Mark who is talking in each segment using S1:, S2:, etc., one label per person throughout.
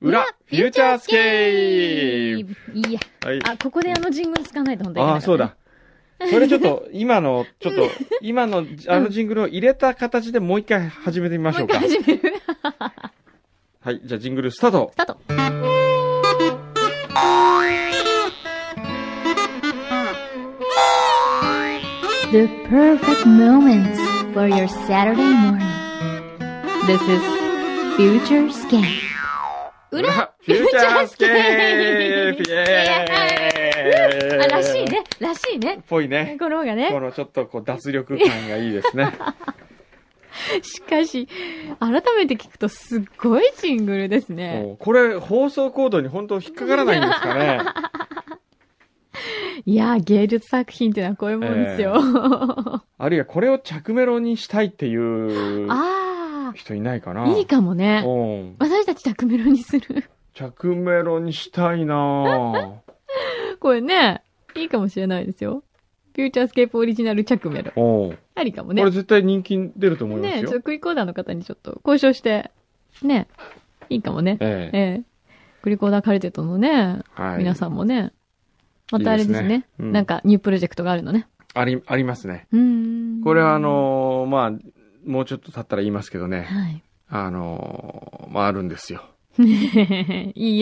S1: 裏、フューチャースケープ
S2: ーいや、
S1: はい。
S2: あ、ここであのジングル使わないと本当にいけ
S1: あ
S2: なか
S1: あ、
S2: った
S1: そうだ。それちょっと、今 の、ちょっと、今の、あのジングルを入れた形でもう一回始めてみましょうか。
S2: もう一 回始める。ス
S1: はい、じゃあジングルスタート
S2: タート。The perfect moments for your Saturday morning. This is Future Scan. 裏
S1: フューチャースケープイェーイ
S2: あ、らしい。ね。らしいね。
S1: ぽいね。
S2: この方が
S1: こ
S2: ね。
S1: のちょっとこう脱力感がいいです ね。
S2: しかし、改めて聞くとすっごいジングルですね。
S1: もうこれ放送コードに本当引っかからないんですか ね。
S2: いやー、芸術作品ってのはこういうもんですよ。
S1: あるいはこれを着メロにしたいっていう
S2: あ
S1: 人いないかな。
S2: あ、いいかもね。
S1: うん。
S2: 私たち着メロにする。
S1: 着メロにしたいなぁ。
S2: これね、いいかもしれないですよ。フューチャースケープオリジナル着メロ。
S1: おう
S2: ありかも
S1: これ
S2: ね。
S1: 絶対人気出ると思います
S2: ね
S1: よ。
S2: ちょっとクリコーダーの方にちょっと交渉して、ね、いいかもね。
S1: ええ
S2: ええ。クリコーダーカルテットのね、
S1: はい。
S2: 皆さんもね、またあれですね。
S1: いいですねうん
S2: なんかニュープロジェクトがあるのね。
S1: あり、ありますね。
S2: うーん。
S1: これはあ、のーまあ、もうちょっと経ったら言いますけどね。
S2: はい。
S1: あのーまあ、あるんですよ。
S2: 言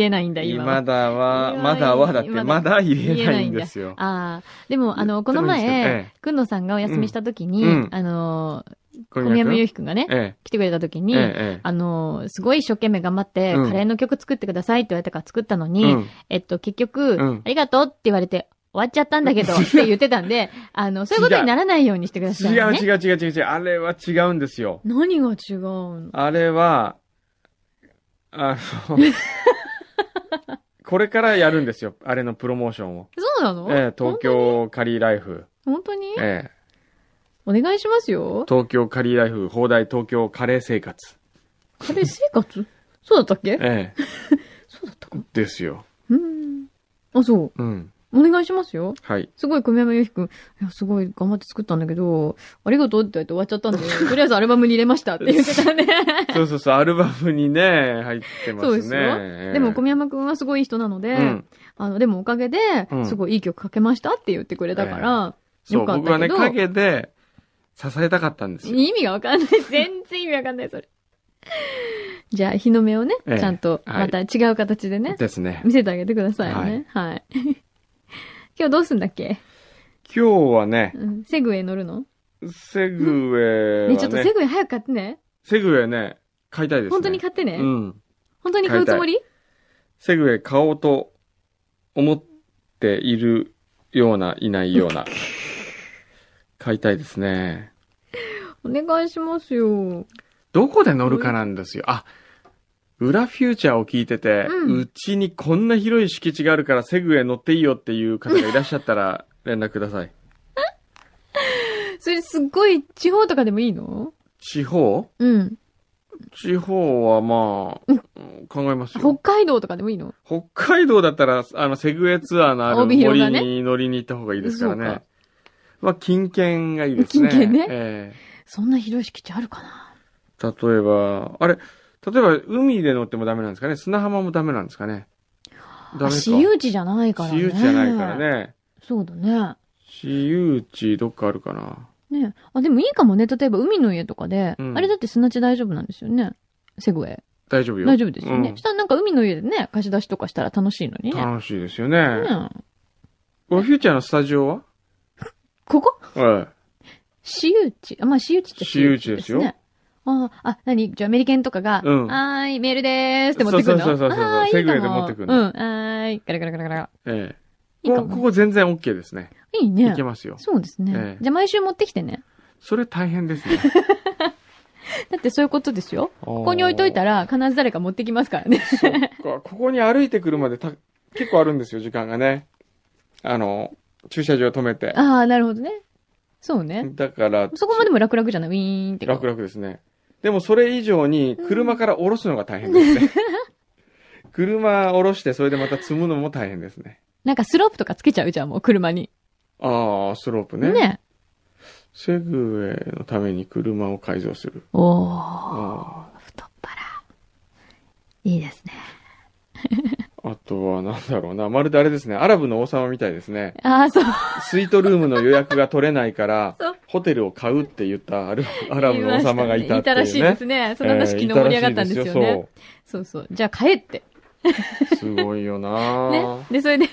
S2: えないんだ、今は。
S1: まだは、
S2: 今は
S1: まだはだって、
S2: 今だ
S1: まだ言えないんですよ。
S2: ああ、でも、あの、こ
S1: 言って
S2: の
S1: もいいんですけどえ
S2: 前、くんのさんがお休みしたときに、
S1: うん
S2: あの、
S1: 小
S2: 小宮山
S1: え
S2: 由紀くんがね、
S1: え
S2: 来てくれたとき
S1: え
S2: に、
S1: え
S2: あの、すごい一生懸命頑張って、
S1: うん
S2: カレーの曲作ってくださいって言われたから作ったの
S1: え
S2: に、
S1: うん
S2: えっと、結局、
S1: うん
S2: ありがとうって言われて、終わっちゃったんだけど、って言ってたんで、あの、そういうことにならないようにしてください、
S1: 違
S2: ね。
S1: う違う違う違う違う。あれは違うんですよ。
S2: 何が違うの
S1: あれは、あ の、これからやるんですよ。あれのプロモーションを。
S2: そうなの
S1: ええ、東。京カリーライフ。
S2: 本当に本当に
S1: ええ、
S2: お願いしますよ。
S1: 東京カリーライフ、放題東京カレー生活。
S2: カレー生活そうだったっけ
S1: ええ、
S2: そうだったかな
S1: ですよ。
S2: うーん。あ、そう。
S1: うん。
S2: お願いしますよ。
S1: はい。
S2: すごい、久米山由紀くん、いや、すごい頑張って作ったんだけど、ありがとうって言われて終わっちゃったんで、とりあえずアルバムに入れましたって言ってたね。
S1: そうそうそう、アルバムにね、入ってますね。
S2: そうですよ
S1: ええ
S2: でも、小宮山くんはすごい人なので、
S1: うん。
S2: あの、でもおかげで
S1: う、ん
S2: すごいいい曲書けましたって言ってくれたから、
S1: そう、
S2: よかったけ
S1: 僕
S2: ど
S1: はね、陰で支えたかったんですよ。
S2: 意味がわかんない。 全然意味わかんない、それ。じゃあ、日の目をね、
S1: ええ
S2: ちゃんと、
S1: は
S2: ま
S1: い
S2: た違う形でね、
S1: ですね。
S2: 見せてあげてくださいね。はい。 今日どうすんだっけ、
S1: 今日はね、
S2: うん、セグウェイ乗るの
S1: セグウェイは、ね。
S2: ね、ちょっとセグウェイ早く買ってね。
S1: セグウェイね、買いたいです、ね。
S2: 本当に買ってね。
S1: うん。
S2: 本当に買うつもり
S1: セグウェイ買おうと思っているような、いないような。買いたいですね。
S2: お願いしますよ。
S1: どこで乗るかなんですよ。あ、裏フューチャーを聞いてて、
S2: うん
S1: うちにこんな広い敷地があるからセグウェイ乗っていいよっていう方がいらっしゃった ら連絡ください。
S2: それすっごい地方とかでもいいの
S1: 地方
S2: うん。
S1: 地方はまあ、考えます
S2: 北
S1: よ。
S2: 海道とかでもいいの
S1: 北海道だったら、あの、セグウェイツアーのある
S2: 帯広が
S1: 森
S2: ね
S1: に乗りに行った方がいいですから
S2: そう
S1: ね
S2: か。
S1: まあ、近県がいいですね。
S2: 近県ね
S1: え
S2: そんな広い敷地あるかな
S1: え例えば、あれ、例えば海で乗ってもダメなんですかね砂浜もダメなんですかねダメ
S2: あ
S1: か。
S2: 私有地じゃないからね。
S1: 私有地じゃないから。ね。
S2: そうだね。
S1: 私有地どっかあるかな。
S2: ねあ、でもいいかもね。例えば海の家とかで、
S1: うん
S2: あれだって砂地大丈夫なんですよね。セグウェイ。
S1: 大丈夫よ。
S2: 大丈夫ですよね。
S1: うん
S2: したらなんか海の家でね、貸し出しとかしたら楽しいのにね。
S1: 楽しいですよ
S2: う
S1: ね。
S2: ん。
S1: これフューチャーのスタジオは
S2: ここ
S1: え
S2: 私有地あ、まあ私有地って
S1: 私有地ですよ。
S2: ああ、あ、なにじゃあアメリカンとかが、
S1: うん
S2: はーい、メールでーすって持ってくるの
S1: そうそうそうそうそう
S2: あーいいかも
S1: セグウェイで持ってくるの
S2: うん、はーい、ガラガラガラガラ。
S1: えええ。
S2: いいか
S1: ここ
S2: も、
S1: こ
S2: ね。
S1: こ全然 OK ですね。
S2: いい
S1: い
S2: ね
S1: け。ますよ。
S2: そうですね、
S1: ええ
S2: じゃあ毎週持ってきてね。
S1: それ大変ですね。
S2: だってそういうことですよ。
S1: こ
S2: ここに置いといたら必ず誰か持ってきますから ね。
S1: そっか、ここに歩いてくるまでた結構あるんですよ、時間がね。あの、駐車場止めて。
S2: ああ、なるほどね。そうね。
S1: だから、
S2: そこまでも楽々じゃないウィーンってこう。
S1: 楽々ですね。でもそれ以上に、車から降ろすのが大変です ね。車降ろして、それでまた積むのも大変ですね。
S2: なんかスロープとかつけちゃうじゃん、もう車に。
S1: ああ、スロープね。
S2: ね。
S1: セグウェイのために車を改造する。
S2: おー、
S1: ああ、
S2: 太っ腹。いいですね。
S1: なんだろうな。まるであれですね。アラブの王様みたいですね。
S2: ああ、そう。
S1: スイートルームの予約が取れないから
S2: そう、
S1: ホテルを買うって言ったアルアラブの王様がいた
S2: 言
S1: っ
S2: い
S1: てい
S2: た
S1: うね。
S2: らしいですね。その話昨日盛り上がったんですよね。
S1: えーいたらしい
S2: そうそう。じゃあ帰って。
S1: ですよそう。すごいよな、
S2: ね。で、それで、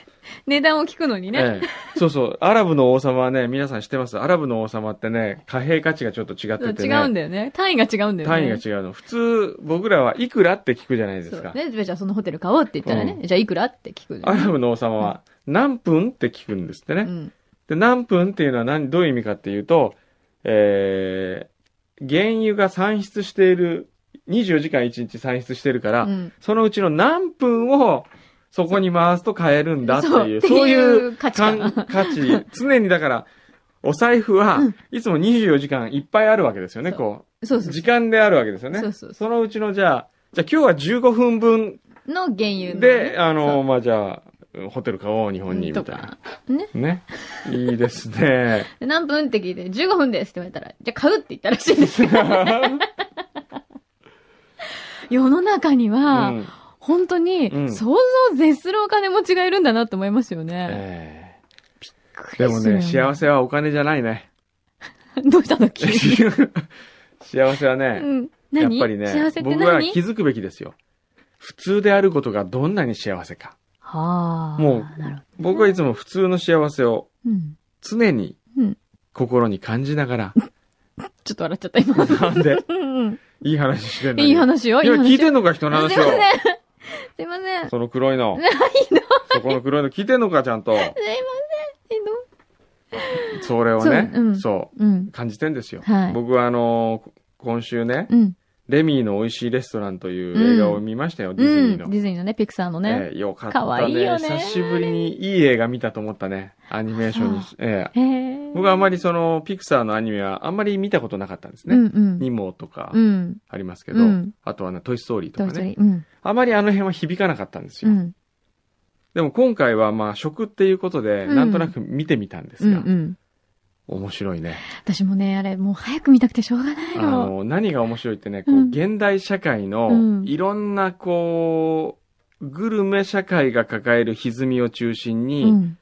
S2: 値段を聞くのに
S1: え
S2: ね。
S1: えそうそう。アラブの王様はね、皆さん知ってますアラブの王様ってね、貨幣価値がちょっと違っ
S2: そう
S1: てて
S2: 違
S1: ね。
S2: うんだよね。単位が違うんだよね。
S1: 単位が違うの。普通、僕らはいくらって聞くじゃないです
S2: そう
S1: か。
S2: ね。じゃあそのホテル買おうって言ったらね。じゃあいくらって聞くじゃ
S1: ア
S2: ん。
S1: ラブの王様は何分って聞くんですってね。
S2: うん。
S1: で、何分っていうのは何、どういう意味かっていうと、えー、原油が産出している、24時間1日産出してるから、
S2: うん
S1: そのうちの何分をそこに回すと買えるんだっていう、そういう
S2: 価値
S1: か
S2: 観
S1: ん価値、常にだから、お財布は
S2: うん、
S1: いつも24時間いっぱいあるわけですよね、
S2: そう
S1: こ
S2: そう
S1: う。
S2: そう
S1: 時間であるわけですよね。
S2: そうそうそう
S1: のうちのじゃあ、じゃあ今日は15分分
S2: の原油のね
S1: で、あの、まあ、じゃあ、ホテル買おう、日
S2: そう
S1: 本に、みた
S2: と
S1: いな。
S2: か。ね。
S1: ね。いいです ね。
S2: で何分って聞いて、15分ですって言われたら、じゃあ買うって言ったらしいんですよ世の中には、
S1: うん
S2: 本当に、
S1: うん
S2: 想像を絶するお金持ちがいるんだなと思いますよね。
S1: ええ
S2: び
S1: で
S2: っくり
S1: も
S2: するよ
S1: ね、幸。せはお金じゃないね。
S2: どうした の急に。
S1: 幸せは
S2: う
S1: ね、
S2: ん。
S1: やっ
S2: 何
S1: ぱり
S2: 幸
S1: ね
S2: せ、って
S1: 僕は
S2: 何
S1: 気づくべきですよ。普通であることがどんなに幸せか。
S2: はあ。
S1: も
S2: なるほど。
S1: 僕はいつも普通の幸せを
S2: うん。
S1: 常に
S2: うん
S1: 心に感じながら、
S2: ちょっと笑っちゃった、 今。
S1: なんで、
S2: うんうん
S1: いい話してんのに
S2: いい話よ、いい
S1: 今
S2: 話よ。
S1: 聞いてんのか、人の
S2: すい
S1: 話
S2: ま
S1: を
S2: せ。ん。すいません。
S1: その黒いの。
S2: ない
S1: そこの黒いの聞いてんのか、ちゃんと。
S2: すいません。ひどい
S1: それをね
S2: そうう、ん
S1: そうう、
S2: ん。
S1: 感じてんですよ
S2: は。い
S1: 僕はあのー、今週ね、
S2: うん。
S1: レミーの美味しいレストランという映画を見ましたよ、ディズ
S2: う
S1: ニ
S2: ん。
S1: ー
S2: デ
S1: の。
S2: ィズニーのね、ピクサーのね。
S1: ええよかった
S2: かわいいよね
S1: 久しぶりにいい映画見たと思ったね。アニメーションにし。ええ
S2: へえ。
S1: 僕はあま
S2: り
S1: りその、ピクサーのアニメはあんまり見たことなかったんです
S2: うん
S1: ね。
S2: うん。
S1: ニモとか
S2: うん。
S1: ありますけど
S2: うん、
S1: あとはね、トイストーリーと
S2: どう
S1: かね。
S2: うん。
S1: あまりあの辺は響かなかったんです
S2: う
S1: よ。
S2: ん。
S1: でも今回はまあ食っていうことで、
S2: うん
S1: なんとなく見てみたんで
S2: う
S1: す
S2: んう
S1: が、
S2: ん。
S1: 面白いね。
S2: 私もね、あれ、もう早く見たくてしょうがない
S1: あ
S2: の。
S1: の、何が面白いってね、こ
S2: う
S1: う、
S2: ん
S1: 現代社会
S2: う
S1: の、
S2: ん
S1: いろんなこう、グルメ社会が抱える歪みを中心
S2: う
S1: に、
S2: ん。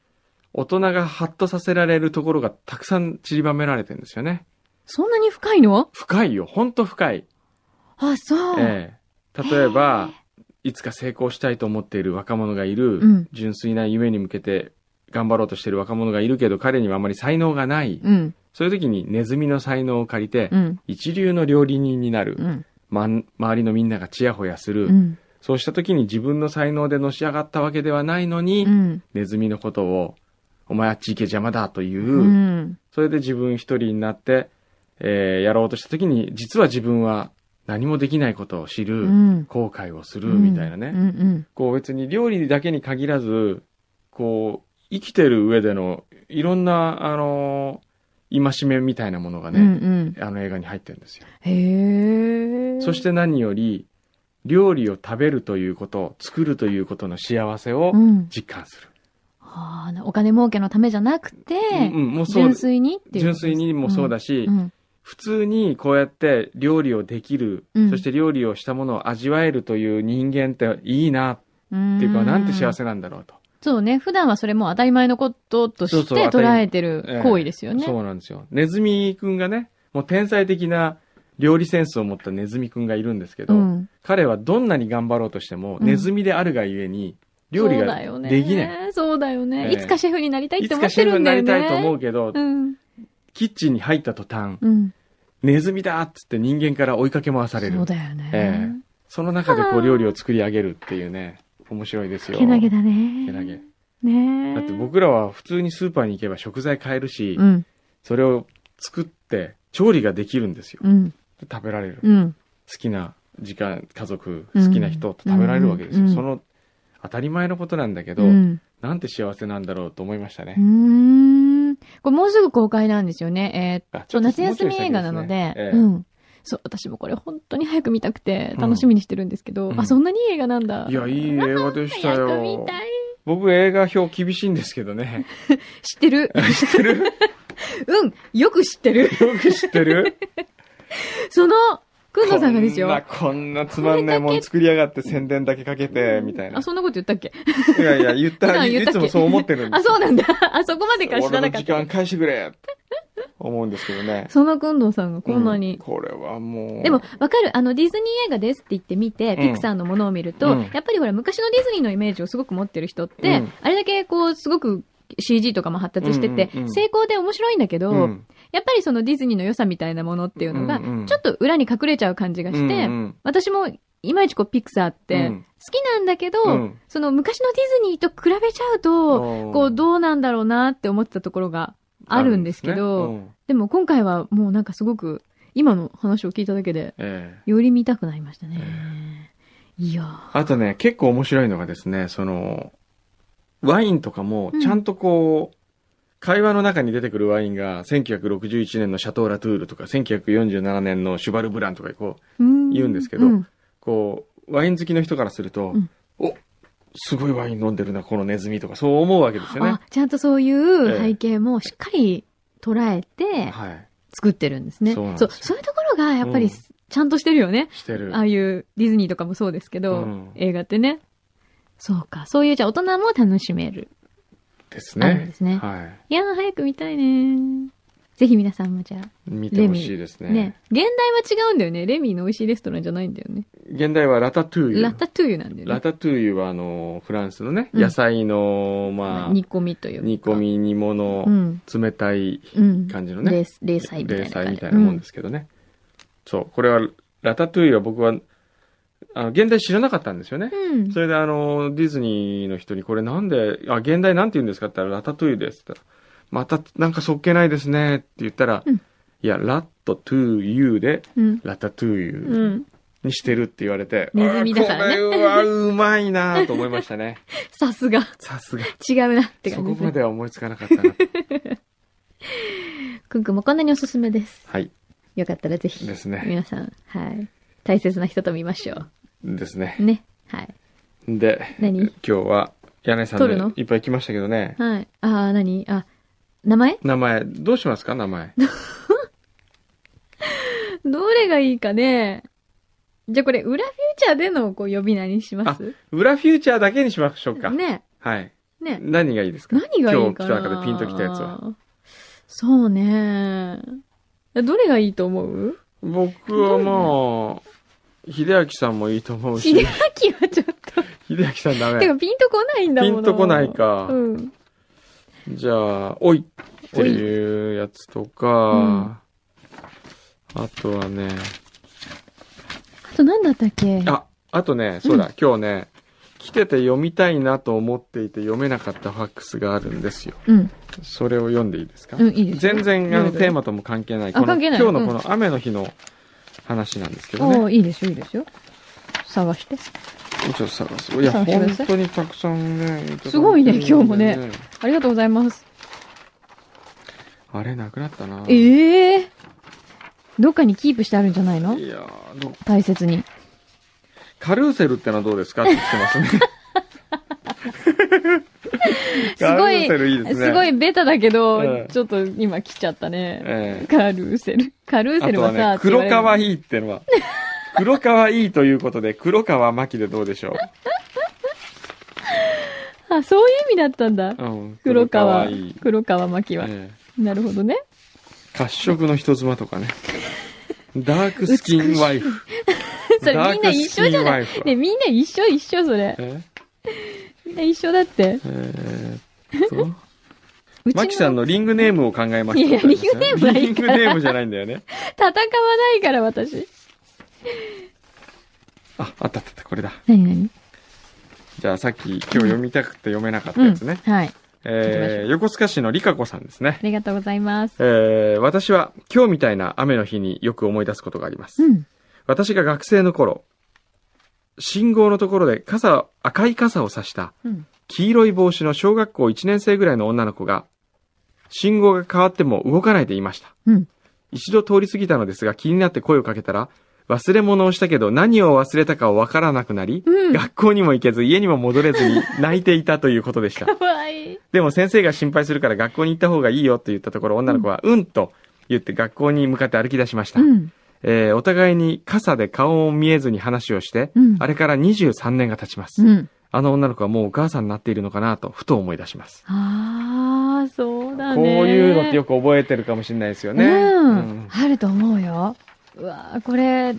S1: 大人がハッとさせられるところがたくさん散りばめられてるんですよね。
S2: そんなに深いの
S1: 深いよ、ほんと深い。
S2: あ、そう。
S1: ええ例えば、いつか成功したいと思っている若者がいる、
S2: うん
S1: 純粋な夢に向けて頑張ろうとしている若者がいるけど、彼にはあまり才能がない。
S2: うん。
S1: そういう時にネズミの才能を借りて、
S2: うん。
S1: 一流の料理人になる
S2: う。ん。
S1: まん、周りのみんながチヤホヤする。
S2: うん。
S1: そうした時に自分の才能でのし上がったわけではないのに、
S2: うん。
S1: ネズミのことを、お前あっち行け邪魔だという、
S2: うん。
S1: それで自分一人になって、えーやろうとした時に、実は自分は何もできないことを知る、
S2: うん。
S1: 後悔をする、みたいなね。
S2: うんうん。
S1: こう別に料理だけに限らず、こう、生きてる上でのいろんな、あのー戒めみたいなものが
S2: うんう
S1: ね、
S2: ん。
S1: あの映画に入ってるんですよ。
S2: へえ。
S1: そして何より、料理を食べるということ、作るということの幸せを
S2: うん。
S1: 実感する。
S2: ああ、お金儲けのためじゃなくて、
S1: うんうん、もうそう
S2: 純、粋にっていう。
S1: 純粋にもそうだ
S2: し、
S1: し、
S2: うん。
S1: 普通にこうやって料理をできる、
S2: うん
S1: そして料理をしたものを味わえるという人間っていいなっ
S2: うん。
S1: ていうか、なんて幸。せなんだろうと。
S2: そうね。普段はそれも当たり前のことと
S1: そう
S2: し
S1: そう
S2: て
S1: 当たり
S2: 捉えてる行為ですよね。
S1: そうなんですよ。ネズミくんがね、もう天才的な料理センスを持ったネズミくんがいるんですけど、
S2: うん。
S1: 彼はどんなに頑張ろうとしても、
S2: うん
S1: ネズミであるがゆえに、料理
S2: そう
S1: が
S2: だよね
S1: できない。。
S2: そうだよね。
S1: ええ
S2: いつかシェフになりたい
S1: い
S2: って
S1: つ
S2: 思
S1: か
S2: っ
S1: シ
S2: て
S1: ェフ
S2: るん
S1: に
S2: だ
S1: な
S2: よね。
S1: りたいと思うけど、
S2: うん。
S1: キッチンに入った途端、
S2: うん。
S1: ネズミだっつって人間から追いかけ回される。
S2: そうだよね。
S1: えその中でこ
S2: はあ
S1: う料理を作り上げるっていうね、面白いですよ。
S2: けなげだね。
S1: けなげ。
S2: ねえ。
S1: だって僕らは普通にスーパーに行けば食材買えるし、
S2: うん。
S1: それを作って調理ができるんですよ。
S2: うん。
S1: で食べられる。
S2: うん。
S1: 好きな時間、家族、
S2: うん
S1: 好きな人と食べられるわけですよ。
S2: うん
S1: その当たり前のことなんだけど、
S2: うん。
S1: なんて幸せなんだろうと思いましたね
S2: う。ーん。これもうすぐ公開なんですよね。えーっ
S1: あちょ
S2: と、
S1: っと
S2: 夏休み映画なの
S1: も
S2: で、
S1: うちょい先ですねええ
S2: うん。そう、私もこれ本当に早く見たくて
S1: うん
S2: 楽しみにしてるんですけど、
S1: うん
S2: あ、そんなにいい映画なんだ。
S1: いや、いい映画でした
S2: 早く見
S1: よ。
S2: たい。
S1: 僕映画表厳しいんですけどね。
S2: 知ってる。
S1: 知って る
S2: うん、よく知ってる。
S1: よく知ってる
S2: その、くんのさんがですよ
S1: こんな、こんなつまんないもん作りやがって宣伝だけかけて、みたいな
S2: あ、。そんなこと言ったっけ
S1: いやいや、言っ
S2: 普
S1: た、
S2: 段言
S1: い
S2: ったっ
S1: つ
S2: け
S1: もそう思ってるんで
S2: あ、
S1: す
S2: そうなんだ。あそこまでか知ら
S1: 俺の
S2: なかっ
S1: 時
S2: た
S1: 間。返してくれって思うんですけどね。
S2: そのくんどうさんがこんな
S1: う
S2: に。
S1: これはもう。
S2: でも、わかる。あの、ディズニー映画ですって言ってみて、
S1: ん
S2: ピクサーのものを見ると、
S1: うん
S2: やっぱりほら、昔のディズニーのイメージをすごく持ってる人って、
S1: うん
S2: あれだけこう、すごく CG とかも発達してて、
S1: うんうんうん
S2: 成功で面白いんだけど、
S1: うん、
S2: やっぱりそのディズニーの良さみたいなものっていうのが、
S1: うんうん
S2: ちょっと裏に隠れちゃう感じがして、
S1: うんうん
S2: 私も、いまいちこう、ピクサーって、
S1: う
S2: 好
S1: ん
S2: きなんだけど、
S1: うん
S2: その昔のディズニーと比べちゃうと、こう、どうなんだろうなって思ってたところがあるんですけど、
S1: あるんで
S2: で
S1: すねうん
S2: も今回はもうなんかすごく、今の話を聞いただけで、
S1: ええ
S2: より見たくなりましたね。いやー
S1: あとね、結構面白いのがですね、その、ワインとかも、ちゃんとこう、会話の中に出てくるワインが、1961年のシャトー・ラトゥールとか、1947年のシュバル・ブランとか、こう、言うんですけど
S2: うん
S1: こう、ワイン好きの人からすると、
S2: うん
S1: おすごいワイン飲んでるな、このネズミとか、そう思うわけですよね
S2: あ。、ちゃんとそういう背景もしっかり捉えて
S1: はい。
S2: 作ってるんですね。
S1: そうなんです
S2: そう
S1: よ
S2: そういうところがやっぱ
S1: う
S2: り
S1: ん
S2: ちゃんとしてるよね。
S1: してる。
S2: ああいうディズニーとかもそうですけど、
S1: うん
S2: 映画ってね。そうか。そういうじゃあ大人も楽しめる。
S1: です
S2: あるん
S1: ね
S2: で。すね
S1: はい
S2: やー、早く見たいね。ぜひ皆さんもじゃあ。
S1: い。見てほしいですね。
S2: ね。現代は違うんだよね。レミーの美味しいレストランじゃないんだよね。
S1: 現代はラタトゥーユ。
S2: ラタトゥーユなんだよ
S1: ラ
S2: ね。
S1: タトゥーユは、あの、フランスのね、
S2: うん
S1: 野菜の、まあ、
S2: 煮込みというか。
S1: 煮込。み、煮物
S2: う、ん。
S1: 冷たい
S2: うん。
S1: 感じのね
S2: 冷冷菜みたいな
S1: 冷
S2: 感じ。。
S1: 菜みたいなもんですすけどね。そう、これは、ラタトゥーユは僕は、あの、現代知らなかったんですよね。
S2: うん。
S1: それであの、ディズニーの人にこれなんで、あ、現代なんて言うんですかって言ったら、ラタトゥーユですって言ったら、またなんかそっけないですねって言ったら、
S2: うん
S1: いや、ラットトゥーユーで、
S2: うん。
S1: ラタトゥー
S2: う
S1: ユ
S2: ん。
S1: ーにしてるって言われて、
S2: ネズミだからね
S1: あーこれはうまいなと思いましたね。
S2: さすが。
S1: さすが。
S2: 違うなって
S1: そ
S2: 感
S1: こ
S2: じです
S1: ま
S2: ね。
S1: では思いつかなか ったな。
S2: くんくんもこんなにおすすめです。
S1: はい。
S2: よかったらぜひ。
S1: ですね
S2: 皆さん、はい。大切な人と見ましょ
S1: ですね
S2: う。。ね。はい。
S1: で、
S2: 何
S1: 今日は、柳井さん
S2: 撮るの
S1: でいっぱい来ましたけどね。
S2: はい。あー、なにあ、名前
S1: 名前、どうしますか名前。
S2: どれがいいかね。じゃあこれ、裏フューチャーでのこう呼び名にします
S1: 裏フューチャーだけにしましょうか。
S2: ね。
S1: はい。
S2: ね。
S1: 何がいいですか
S2: 何がいいか
S1: 今
S2: な
S1: 日来た中でピンときたやつは。。
S2: そうね。どれがいいと思う
S1: 僕はまあ、秀明さんもいいと 思うし、
S2: 秀明
S1: 秀
S2: はちょっと。
S1: 明さんダメ
S2: てか。ピンとこないんだも
S1: ピ
S2: ん。
S1: ンとこない。か。
S2: うん。
S1: じゃあ、おいっていうやつとか、あとはね、
S2: あと何だったっけ
S1: あ、あとね、そうだ、今日ね、来てて読みたいなと思っていて読めなかったファックスがあるんですよ。
S2: うん。
S1: それを読んでいいですか
S2: うん、いいですよ。
S1: 全然あ
S2: ど
S1: の
S2: れどれ
S1: テーマとも関係ない。
S2: あ
S1: この
S2: 関係ない
S1: 今日のこの雨の日の話なんですけどね。
S2: おーいいですよ、いいですよ。探して。
S1: ちょっと探す。いや、
S2: 探してくだ
S1: 本
S2: さい
S1: 当にたくさんね。ただてるんです
S2: ごいね今日もね。ありがとうございます。
S1: あれ、なくなったな。
S2: ええー。どっかにキープしてあるんじゃないの
S1: いやーどう
S2: 大切に。
S1: カルーセルってのはどうですかって来てますね。
S2: す
S1: カル
S2: ご
S1: ー
S2: い
S1: セルいいですね。
S2: すごいベタだけど、
S1: ええ
S2: ちょっと今来ちゃったね。
S1: ええ。
S2: カルーセル。カルーセ
S1: あ
S2: ル
S1: と
S2: は
S1: は
S2: さ、
S1: ね、黒川
S2: い。
S1: いいって のは。黒川いいということで、黒川真希でどうでしょ
S2: あ、そういう意味だったんだ
S1: う。。うん、
S2: 黒川
S1: いい、。
S2: 黒川真紀は。
S1: ええ
S2: なるほどね。
S1: 褐色の人妻とかね。ダークスキンワイフ。
S2: それみんな一緒じ
S1: ダークスキ
S2: ゃない
S1: ンワイフは
S2: ね、みんな一緒一緒、それ。
S1: え
S2: みんな一緒だって。
S1: えーっ と。
S2: うち
S1: マキさんのリングネームを考えました。
S2: いやリングネームはいいから
S1: リングネームじゃないんだよね。
S2: 戦わないから、私。
S1: あ、あったあったあった、これだ。
S2: なになに
S1: じゃあさっき今日読みたくて読めなかったやつね。
S2: はい。行きまし
S1: えー、横須賀市のリカ子さんですね
S2: あ。りがとうございます。
S1: えー、私は今日みたいな雨の日によく思い出すことがあります。
S2: うん。
S1: 私が学生の頃、信号のところで傘、赤い傘を差した
S2: うん。
S1: 黄色い帽子の小学校1年生ぐらいの女の子が、信号が変わっても動かないでいました。
S2: うん。
S1: 一度通り過ぎたのですが気になって声をかけたら、忘れ物をしたけど何を忘れたかわからなくなり、
S2: うん
S1: 学校にも行けず家にも戻れずに泣いていたということでした。
S2: かわいい。
S1: でも先生が心配するから学校に行った方がいいよと言ったところ女の子は、うんと言って学校に向かって歩き出しました。
S2: うん。
S1: えーお互いに傘で顔を見えずに話をして、
S2: うん。
S1: あれから23年が経ちます。
S2: うん。
S1: あの女の子はもうお母さんになっているのかなと、ふと思い出します。
S2: ああ、そうだね。
S1: こういうのってよく覚えてるかもしれないですよね。
S2: うん。
S1: うん
S2: あると思うよ。うわーこれ、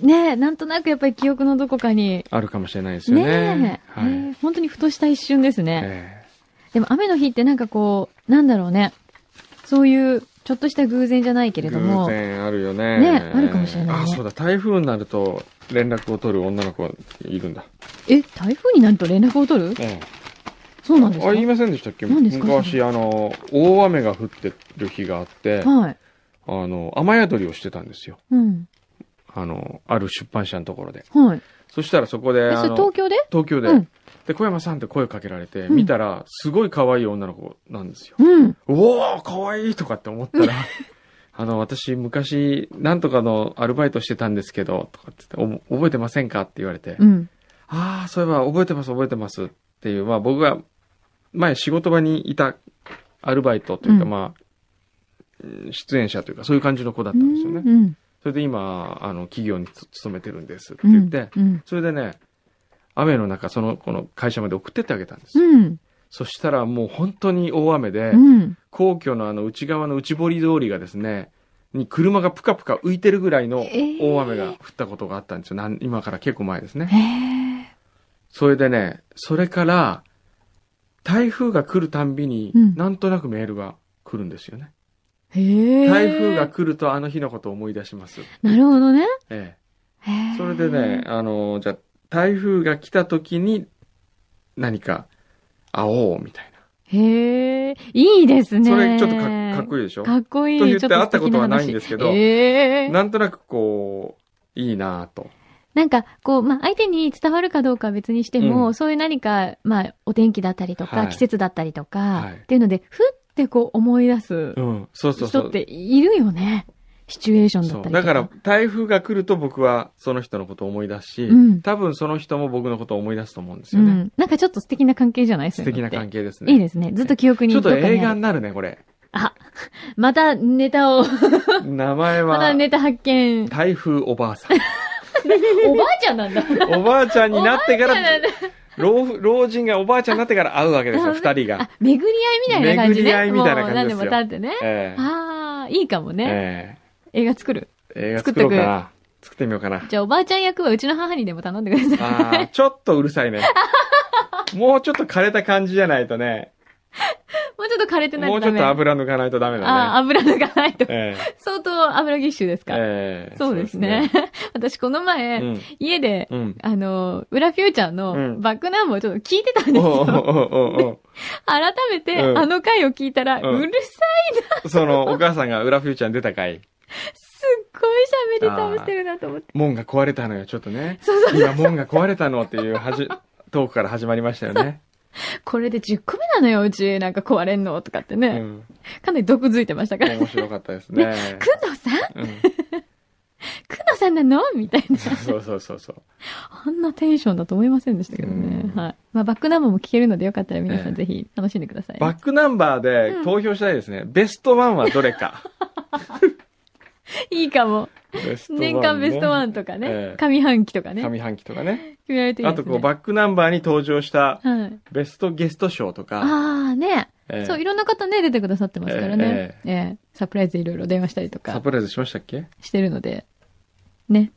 S2: ねえ、なんとなくやっぱり記憶のどこかに。
S1: あるかもしれないですよね。
S2: ねえ、
S1: はい。
S2: ねえ本当にふとした一瞬ですね。
S1: え
S2: でも雨の日ってなんかこう、なんだろうね。そういう、ちょっとした偶然じゃないけ
S1: え
S2: れども
S1: 偶。然あるよね。
S2: ねあるかもしれないね
S1: あ、そうだ。台風になると連絡を取る女の子がいるんだ。
S2: え、台風になると連絡を取る
S1: ええ
S2: そうなんです
S1: あ、言い
S2: か
S1: ませんでしたっけ
S2: 何ですか
S1: 昔、あの、大雨が降ってる日があって、あ
S2: はい。
S1: の、雨宿りをしてたんですよ。
S2: うん。
S1: あの、ある出版社のところで。
S2: はい。
S1: そしたらそこで、
S2: え、そ
S1: あ
S2: れ
S1: の
S2: 東京で
S1: 東京で、
S2: うん
S1: で、小山さんって声かけられて、
S2: ん
S1: 見たら、すごい可愛い女の子なんですよ。
S2: うん。
S1: うおー可愛いとかって思ったら、 あの、私、昔、なんとかのアルバイトしてたんですけど、とかって言ってお覚えてませんかって言われて、
S2: うん。
S1: ああ、そういえば、覚えてます、覚えてますっていう、まあ僕が、前仕事場にいたアルバイトというか、
S2: うん
S1: まあ、うん出演者というか、そういう感じの子だったんですよね。
S2: うん。
S1: それで今、あの、企業につ勤めてるんですって
S2: うん。う
S1: 言っ
S2: ん
S1: て、。それでね、雨の中、その、この会社まで送ってってあげたんです。
S2: うん。
S1: そしたらもう本当に大雨で、
S2: うん。
S1: 皇居のあの内側の内堀通りがですね、に車がぷかぷか浮いてるぐらいの
S2: えー
S1: 大雨が降ったことがあったんですよ。なん今から結構前ですね。
S2: へえ。
S1: それでね、それから、台風が来るたんびに、
S2: うん
S1: なんとなくメールが来るんですよね。
S2: へえ。
S1: 台風が。来るとあの日のことを思い出します。
S2: なるほどね。
S1: え
S2: へ
S1: え
S2: え。
S1: それでね、。あの、じゃあ台風が来た時に何か会おうみたい
S2: へえ。いいです
S1: な。
S2: ね。
S1: それちょっとかかっこいいでしょ
S2: かっこいい。
S1: と言っ
S2: ち
S1: て
S2: ょと
S1: 会ったことは
S2: 素敵
S1: ない
S2: 話
S1: んですけど
S2: ええ
S1: なんとなくこう、いいなぁと。
S2: なんか、こう、まあ、相手に伝わるかどうかは別にしても、
S1: うん
S2: そういう何か、まあ、お天気だったりとか、
S1: はい
S2: 季節だったりとか、
S1: はい
S2: っていうので、ふってこう思い出す
S1: うん。そうそうそ
S2: 人っ
S1: う。
S2: ているよね。シチュエーションだった
S1: そう
S2: りとか。
S1: だから、台風が来ると僕はその人のことを思い出すし、
S2: うん
S1: 多分その人も僕のことを思い出すと思うんです
S2: う
S1: よね。
S2: ん。なんかちょっと素敵な関係じゃない
S1: 素敵な関
S2: 係、
S1: 係ですね。
S2: ね。いいですね。ずっと記憶に
S1: ちょっと
S2: どっかに
S1: 映
S2: あ
S1: 画
S2: る
S1: になるね、こ れ。
S2: またネタを、
S1: 名前
S2: また
S1: は、
S2: ネタ発 見。
S1: 台風おばあさん。
S2: おばあちゃんなんだ。
S1: おばあちゃんになってから
S2: おばあちゃんなんだ、
S1: 老夫老人がおばあちゃんになってから会うわけですよ、
S2: あ
S1: 二人
S2: あ
S1: が。、
S2: 巡り合いみたいな感
S1: 巡
S2: じね。
S1: り合いみたいな感じですよ
S2: もう何でも経ってね。
S1: ええ
S2: ああ、いいかもね、
S1: え
S2: 映画作る。
S1: え映画
S2: 作
S1: 作
S2: っと
S1: ろ
S2: く
S1: うかな。作ってみようかな。
S2: じゃあおばあちゃん役はうちの母にでも頼んでください。
S1: ああ、ちょっとうるさいね。 もうちょっと枯れた感じじゃないとね、
S2: もうちょっと枯れてない
S1: もうちょっと油抜かないとダメ
S2: あ
S1: だ
S2: あ、
S1: ね。
S2: 油抜かないと。
S1: ええ
S2: 相当油ぎっしゅですか、
S1: ええ
S2: そうですね。私この前、
S1: そうですね
S2: 家で、
S1: うん。 うん。
S2: あの、裏フューチャー
S1: う
S2: の
S1: ん
S2: バックナンバーをちょっと聞いてたんです
S1: おうおう
S2: よ。
S1: おうおう
S2: 改めて、
S1: うん
S2: あの回を聞いたら、う
S1: うん
S2: るさ
S1: おうその、お母さんが裏フューチャーに出た回、
S2: い、すっごい喋り倒してるなと思って。
S1: 門が壊れたのよ、ちょっとね。
S2: そうそう
S1: 今、門が壊れたのっていうはじ、トークから始まりましたよね。
S2: これで10個目なのよ、うち。なんか壊れんのとかってね、
S1: うん。
S2: かなり毒づいてましたから。
S1: 面白かったですね。
S2: くのさん
S1: うん
S2: くのさんなのみたいな。
S1: そうそうそうそう。
S2: あんなテンションだと思いませんでしたけどね。
S1: うん
S2: はい。まあ、バックナンバーも聞けるのでよかったら皆さ
S1: ええ
S2: んぜひ楽しんでくださいね、
S1: バックナンバー
S2: うん
S1: で投票したいですね。ベストワンはどれか。
S2: いいかも。
S1: ベストワンね
S2: 年間ベストワンとかね、
S1: ええ
S2: 上半期とかね、決
S1: 上半期とかね。
S2: められていい
S1: あ
S2: ですね。
S1: とこう、バックナンバーに登場した
S2: はい。
S1: ベストゲスト賞とか、
S2: ああね、
S1: えー
S2: そう、いろんな方ね、出てくださってますからね。ええサプライズでいろいろ電話したりと
S1: サ
S2: か
S1: プライズしましたっけ
S2: してるので、ね。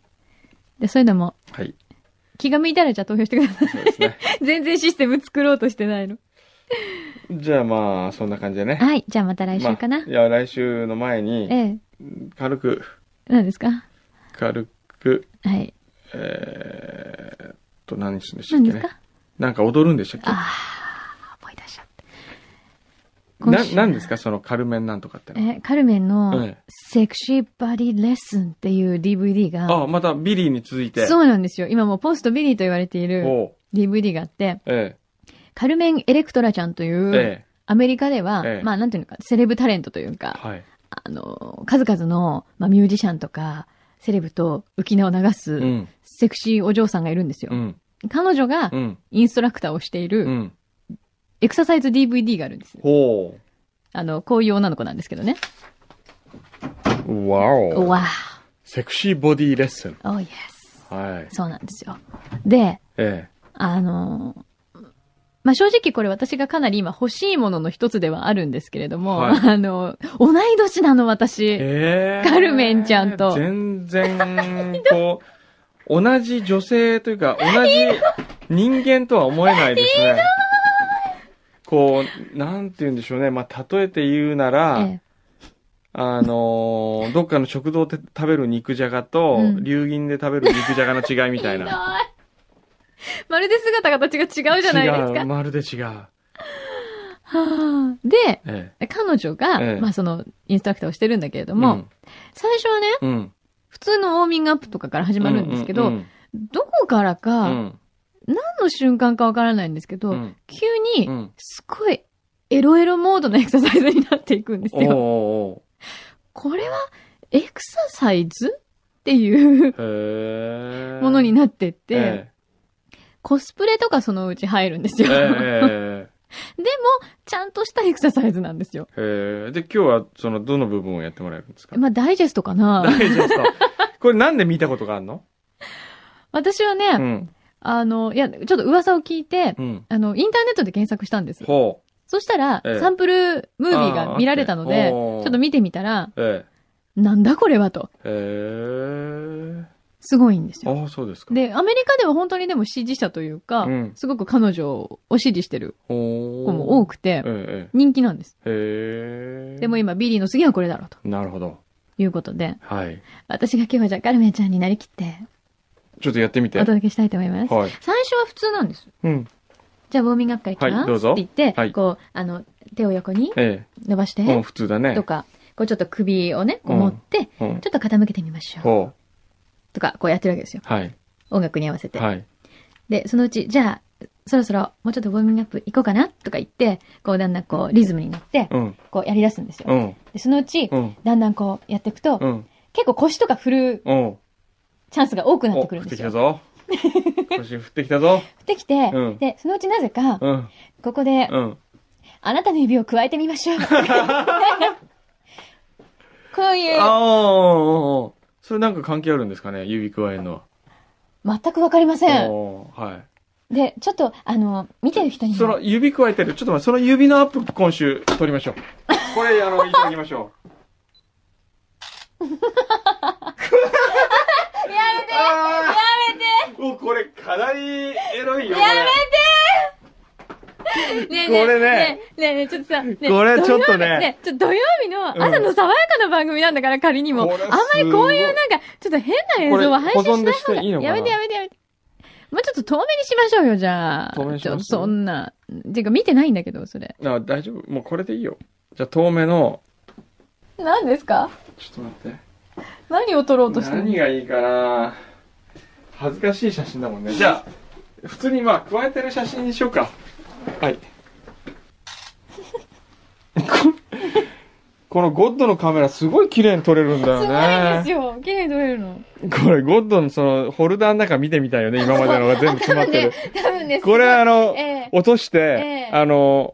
S2: で、そういうのも、
S1: はい。
S2: 気が向いたらじゃあ投票してください。
S1: そうですね。
S2: 全然システム作ろうとしてないの。
S1: じゃあまあ、そんな感じでね。
S2: はい、じゃあまた来週かな。
S1: まあいや、来週の前に、
S2: ええ
S1: 軽く、
S2: 何ですか
S1: 軽く、
S2: はい。
S1: えーっと、何するんでしたっ
S2: 何
S1: け
S2: ですか
S1: ね。なんか踊るんでしたっけ
S2: ああ、思い出しちゃった。今
S1: な、
S2: 週
S1: 何ですかそのカルメンなんとかってのは。
S2: え、カルメンの
S1: ええ
S2: セクシーバディレッスンっていう DVD が、
S1: あ、またビリーに続いて。う。
S2: そうなんですよ。今もうポストビリーと言われている DVD があって、
S1: え
S2: カルメン・エレクトラちゃんとい
S1: え
S2: う、
S1: ええ
S2: アメリカでは、
S1: ええ
S2: まあなんていうのか、セレブタレントというか、
S1: はい。
S2: あの、数々の、まあ、ミュージシャンとか、セレブと浮き名を流す
S1: う、ん。
S2: セクシーお嬢さんがいるんですよ。
S1: うん。
S2: 彼女が
S1: うん。
S2: インストラクターをしていうる、
S1: ん。
S2: エクササイズ DVD があるんですよ。
S1: ほ
S2: あの、こういう女の子なんですけどね。
S1: う。わお。
S2: わあ。
S1: セクシーボディレッスン。
S2: Oh, yes.
S1: はい。
S2: そうなんですよ。で、
S1: え
S2: あのーまあ、正直これ私がかなり今欲しいものの一つではあるんですけれども、
S1: はい
S2: あのー同い年なの
S1: え。
S2: 私。
S1: ええ
S2: カルメンちゃんと
S1: 全然、こう、同じ女性というか、同じ人間とは思えないですね。こう、なんて言うんでしょうね。まあ、例えて言うなら、
S2: ええ
S1: あのーどっかの食堂で食べる肉じゃがと、
S2: うん
S1: 流銀で食べる肉じゃがの違いみたい
S2: ひど
S1: な。
S2: まるで姿形が違うじゃないです
S1: 違う、
S2: か。
S1: まるで違う。
S2: はあで、
S1: え
S2: 彼女が、
S1: ええ
S2: まあその、インストラクターをしてるんだけれど
S1: え。
S2: も、最初はね、
S1: うん、うん。
S2: 普通のウォーミングアップとかから始まるんですけど、
S1: うんうん
S2: どこからか、
S1: うんう
S2: 何
S1: ん
S2: の瞬間かわからないんですけど、
S1: うん
S2: 急に、
S1: うん
S2: すごい、エロエロモードのエクササイズになっていくんです
S1: おー
S2: よ。
S1: お
S2: これは、エクササイズってい
S1: ー
S2: う
S1: おーへえ。
S2: ものに
S1: っ
S2: なってって、
S1: え
S2: コスプレとかそのうち入るんです
S1: え
S2: よ。
S1: ええ
S2: ちゃんとしたエクササイズなん ですよ。
S1: えええで、今日は、その、どの部分をやってもらえるんですか
S2: まあ、ダイジェストか
S1: ダイ
S2: な。
S1: ジェスト。これなんで見たことがあるの
S2: 私はね、
S1: うん。
S2: あの、いや、ちょっと噂を聞いて、
S1: うん。
S2: あの、インターネットで検索したんです。
S1: ほ
S2: そしたら、
S1: ええ
S2: サンプルムービーが見られたの
S1: あーあっ
S2: で、
S1: て
S2: ち
S1: お
S2: ょ
S1: ー
S2: っと見てみたら、
S1: う。え
S2: なんだこれはと。
S1: え。へ
S2: すごいんです
S1: え。
S2: よ。
S1: ああ、そうですか。
S2: で、アメリカでは本当にでも支持者というか、
S1: うん
S2: すごく彼女を支持してる
S1: 子
S2: 子も多
S1: く
S2: くて、
S1: ええ。
S2: 人気なんです。
S1: へえ。
S2: でも今、ビリーの次はこれだろうと
S1: なるほど。
S2: いうことで、
S1: はい。
S2: 私が今日はじゃあカルメンちゃんになりきって、
S1: ちょっとやってみ
S2: お
S1: て。
S2: 届けしたいと思います。
S1: はい。
S2: 最初は普通なんです。
S1: うん。
S2: じゃあ、ウォーミングアップからいき
S1: はいど
S2: ま
S1: う
S2: す、
S1: ぞ
S2: って言って、
S1: はい
S2: こう、あの、手を横に
S1: え
S2: 伸ばして、
S1: え。もうん普通だね
S2: と。か、こうちょっと首をね、こ
S1: う
S2: う
S1: ん
S2: 持って、
S1: うん
S2: ちょっと傾けてみましょう。
S1: ほう。
S2: とか、こうやってるわけですよ。
S1: はい。
S2: 音楽に合わせて。
S1: はい。
S2: で、そのうち、じゃあ、そろそろもうちょっとウォーミングアップ行こうかなとか言って、こうだんだんこうリズムに乗って、
S1: うん。
S2: こうやり出すんです
S1: う
S2: よ。
S1: ん。
S2: で、そのうち
S1: う、ん。
S2: だんだんこうやっていくと、
S1: うん。
S2: 結構腰とか振る
S1: うん。
S2: チャンスが多くなっ
S1: お、
S2: てく
S1: 降
S2: るん
S1: っ
S2: で
S1: て
S2: す
S1: きたぞ。
S2: よ。
S1: 腰降ってきたぞ。
S2: 振ってきて、
S1: うん
S2: で、そのうちなぜか、
S1: うん。
S2: ここで、
S1: うん。
S2: あなたの指を加えてみま しょう。こうい
S1: あ
S2: う、
S1: あ。それなんか関係あるんですかね指加えるのは。
S2: 全くわかりません。
S1: おーは
S2: で、ちょっと、あの、見てる人
S1: い。
S2: に
S1: その
S2: も、
S1: 指加えてる。ちょっと待って、その指のアップ今週撮りましょう。これ、あの、いただきましょう。
S2: やめて
S1: ああ
S2: やめて
S1: お、これかなりエロいよ。これ
S2: やめてねえね
S1: こ
S2: え
S1: れね
S2: ねえねえねえちょっとさ、ねえ
S1: これちょっとね
S2: 土曜日ねちょっと土曜日の朝の爽やかな番組なんだから、仮にも。あん
S1: こ
S2: ま
S1: れすごい
S2: りこういうなんか、ちょっと変な映像は配
S1: こ
S2: 信しない方
S1: れ保存でして
S2: が。
S1: いいのかな
S2: やめてやめてやめて。もうちょっと遠目にしましょうよ、じゃあ。
S1: 遠目にします
S2: ちょっとそんな。てか見てないんだけど、それ。
S1: あ大丈夫もうこれでいいよじゃあ遠目の
S2: 何ですか
S1: ちょっと待って
S2: 何を撮ろうとしてる
S1: 何がいいかな恥ずかしい写真だもんねじゃあ普通にまあ加えてる写真にしようか はいこのゴッドのカメラすごい綺麗に撮れるんだよ
S2: すごい
S1: ね
S2: んですよ。綺麗に撮れるの。
S1: これゴッドのそのホルダーの中見てみたいよね今までのが全部詰まって る、
S2: 多分ね、
S1: これあの、
S2: ええ
S1: 落として、
S2: ええ
S1: あの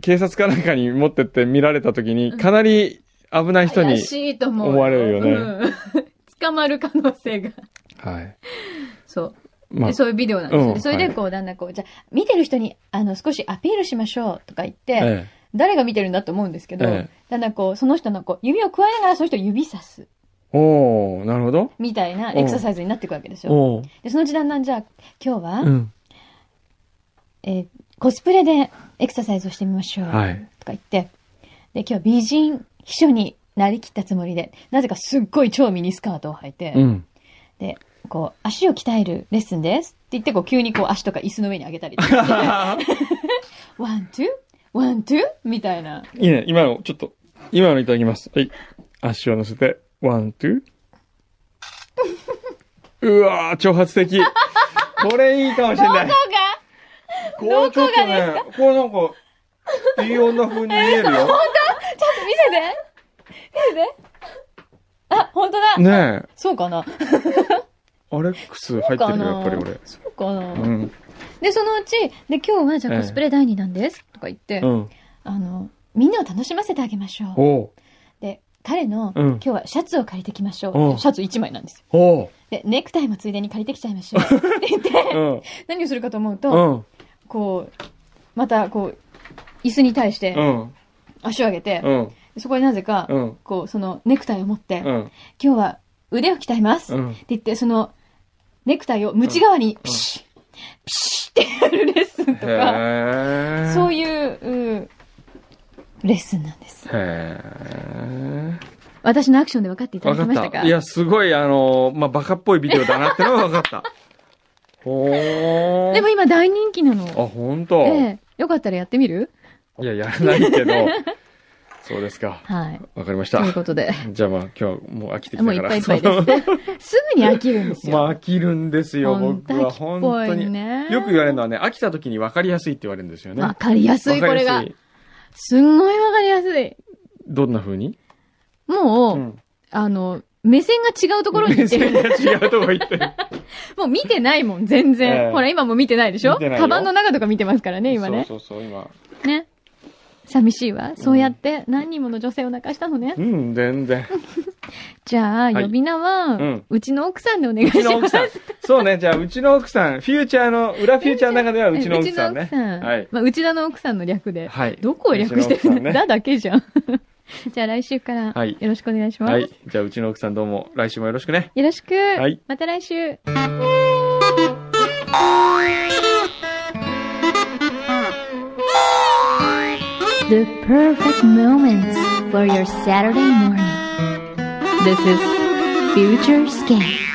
S1: 警察かなんかに持ってって見られた時にかなり危ない人に、
S2: 怪しいと思う。
S1: 思われるよね
S2: うん捕まる可能性が。
S1: はい。
S2: そう。
S1: まあ
S2: で、そういうビデオなんですよ、
S1: うん
S2: それでこう、だんだんこう、じゃあ見てる人に、あの、少しアピールしましょうとか言って、
S1: え
S2: 誰が見てるんだと思うんですけど、
S1: ええ
S2: だんだんこう、その人のこう、指を加えながらその人を指さす、
S1: え、おおなるほど。
S2: みたいなエクササイズになっていくわけですよ。
S1: おお
S2: で、そのうちだんだんじゃあ、今日は、
S1: うん。
S2: えーコスプレでエクササイズをしてみましょう、
S1: はい。
S2: とか言って、で、今日は美人秘書になりきったつもりで、なぜかすっごい超ミニスカートを履いて、
S1: うん。
S2: で、こう、足を鍛えるレッスンですって言って、こう、急にこう、足とか椅子の上に上げたりとかして、 ワン、ツー、ワン、ツーみたいな。
S1: いいね。今の、ちょっと、今のいただきます。はい。足を乗せて、ワン、ツー。うわー、挑 発的。これいいかもしれない。こう
S2: どこが
S1: ちょっとね、こうなんか、いい女風に見えるよ。
S2: ちょっと見せて見せてあ、本当だ、
S1: ねえ。
S2: そうかな
S1: アレックス入って
S2: そうか
S1: る
S2: な
S1: よ、やっぱり俺。
S2: そうかな、
S1: うん。
S2: で、そのうち、で、今日はじゃ
S1: え
S2: あ
S1: え
S2: コスプレ第二弾です、とか言って、
S1: うん。
S2: あの、みんなを楽しませてあげましょう。
S1: おう
S2: で、彼の、
S1: うん
S2: 今日はシャツを借りてきましょ
S1: お
S2: う。
S1: う
S2: シャツ1枚なんですよ。
S1: おう。
S2: で、ネクタイもついでに借りてきちゃいましょう。って言って、
S1: うん。
S2: 何をするかと思う
S1: う
S2: と、
S1: ん。
S2: こう、また、こう、椅子に対して
S1: うん。
S2: 足を上げて、
S1: うん。
S2: そこでなぜか、
S1: うん。
S2: こう、そのネクタイを持って、
S1: うん。
S2: 今日は腕を鍛えます。
S1: う
S2: って
S1: ん。
S2: 言って、その、ネクタイをムチ側にピシッ、ピシッってやるレッスンと
S1: へ
S2: か、
S1: え。
S2: そう
S1: いう。
S2: いう、うんレッスンなんです。
S1: へ
S2: 私のアクションで分かってい
S1: え。
S2: た
S1: わ
S2: だ
S1: か
S2: けました
S1: っ
S2: か
S1: た。いや、すごい、あの、まあ、バカっぽいビデオだなってのはわか った。ほー。
S2: でも今大人気なの。
S1: あ、ほんと。
S2: ええ、よかったらやってみる
S1: いや、やらない けど。そうですか。
S2: はい。
S1: わかりまし
S2: と
S1: た
S2: い。うこ とで。
S1: じゃあまあ今日はもう飽きてきたから。
S2: もういっぱいいっぱい です。すぐに飽きるんです
S1: そのまあ
S2: よ。
S1: 飽きるんですよ、
S2: 本
S1: 僕
S2: 当
S1: は。
S2: 飽きっ
S1: 本
S2: ぽ
S1: 当
S2: い
S1: に。
S2: ね。
S1: よく言われるのはね、飽きた時に分かりやすいって言われるんですよね。
S2: わかりやすい、こ
S1: わ
S2: れが
S1: かり。や
S2: すんごいわかりやすい。
S1: すいどんな風に
S2: もう、
S1: ん。
S2: あの、目線が違うところに行って る。
S1: 目線が違うとこ行ってる。
S2: もう見てないもん、全然。
S1: ええ
S2: ほら、今も見てないでしょ
S1: 見てないよ
S2: カバンの中とか見てますからね、今ね。
S1: そうそうそう、今。
S2: ね。寂しいわ。そうやって何人もの女性を泣かしたのね。
S1: うん、全然。
S2: じゃあ、
S1: はい
S2: 呼び名は、
S1: うん
S2: うちの奥さんでお願いうし
S1: ちの
S2: ま
S1: 奥
S2: す
S1: さ。ん。 そうね、じゃあうちの奥さん、フューチャーの、裏フューチャーの中で はうちの奥さん
S2: う
S1: ね
S2: ち。の奥さん
S1: はい
S2: まあ、内田の奥さんの略で。
S1: はい。
S2: どこを略して
S1: うちの奥さ
S2: る
S1: ん
S2: ん
S1: ね
S2: だ、だけじゃん。 じゃあ来週から
S1: はい
S2: よろしくお願いします。
S1: はい。じゃあうちの奥さんどうも、来週もよろしくね。
S2: よろしく、
S1: い
S2: また来週。
S3: The perfect moments for your Saturday morning. This is Future Scan.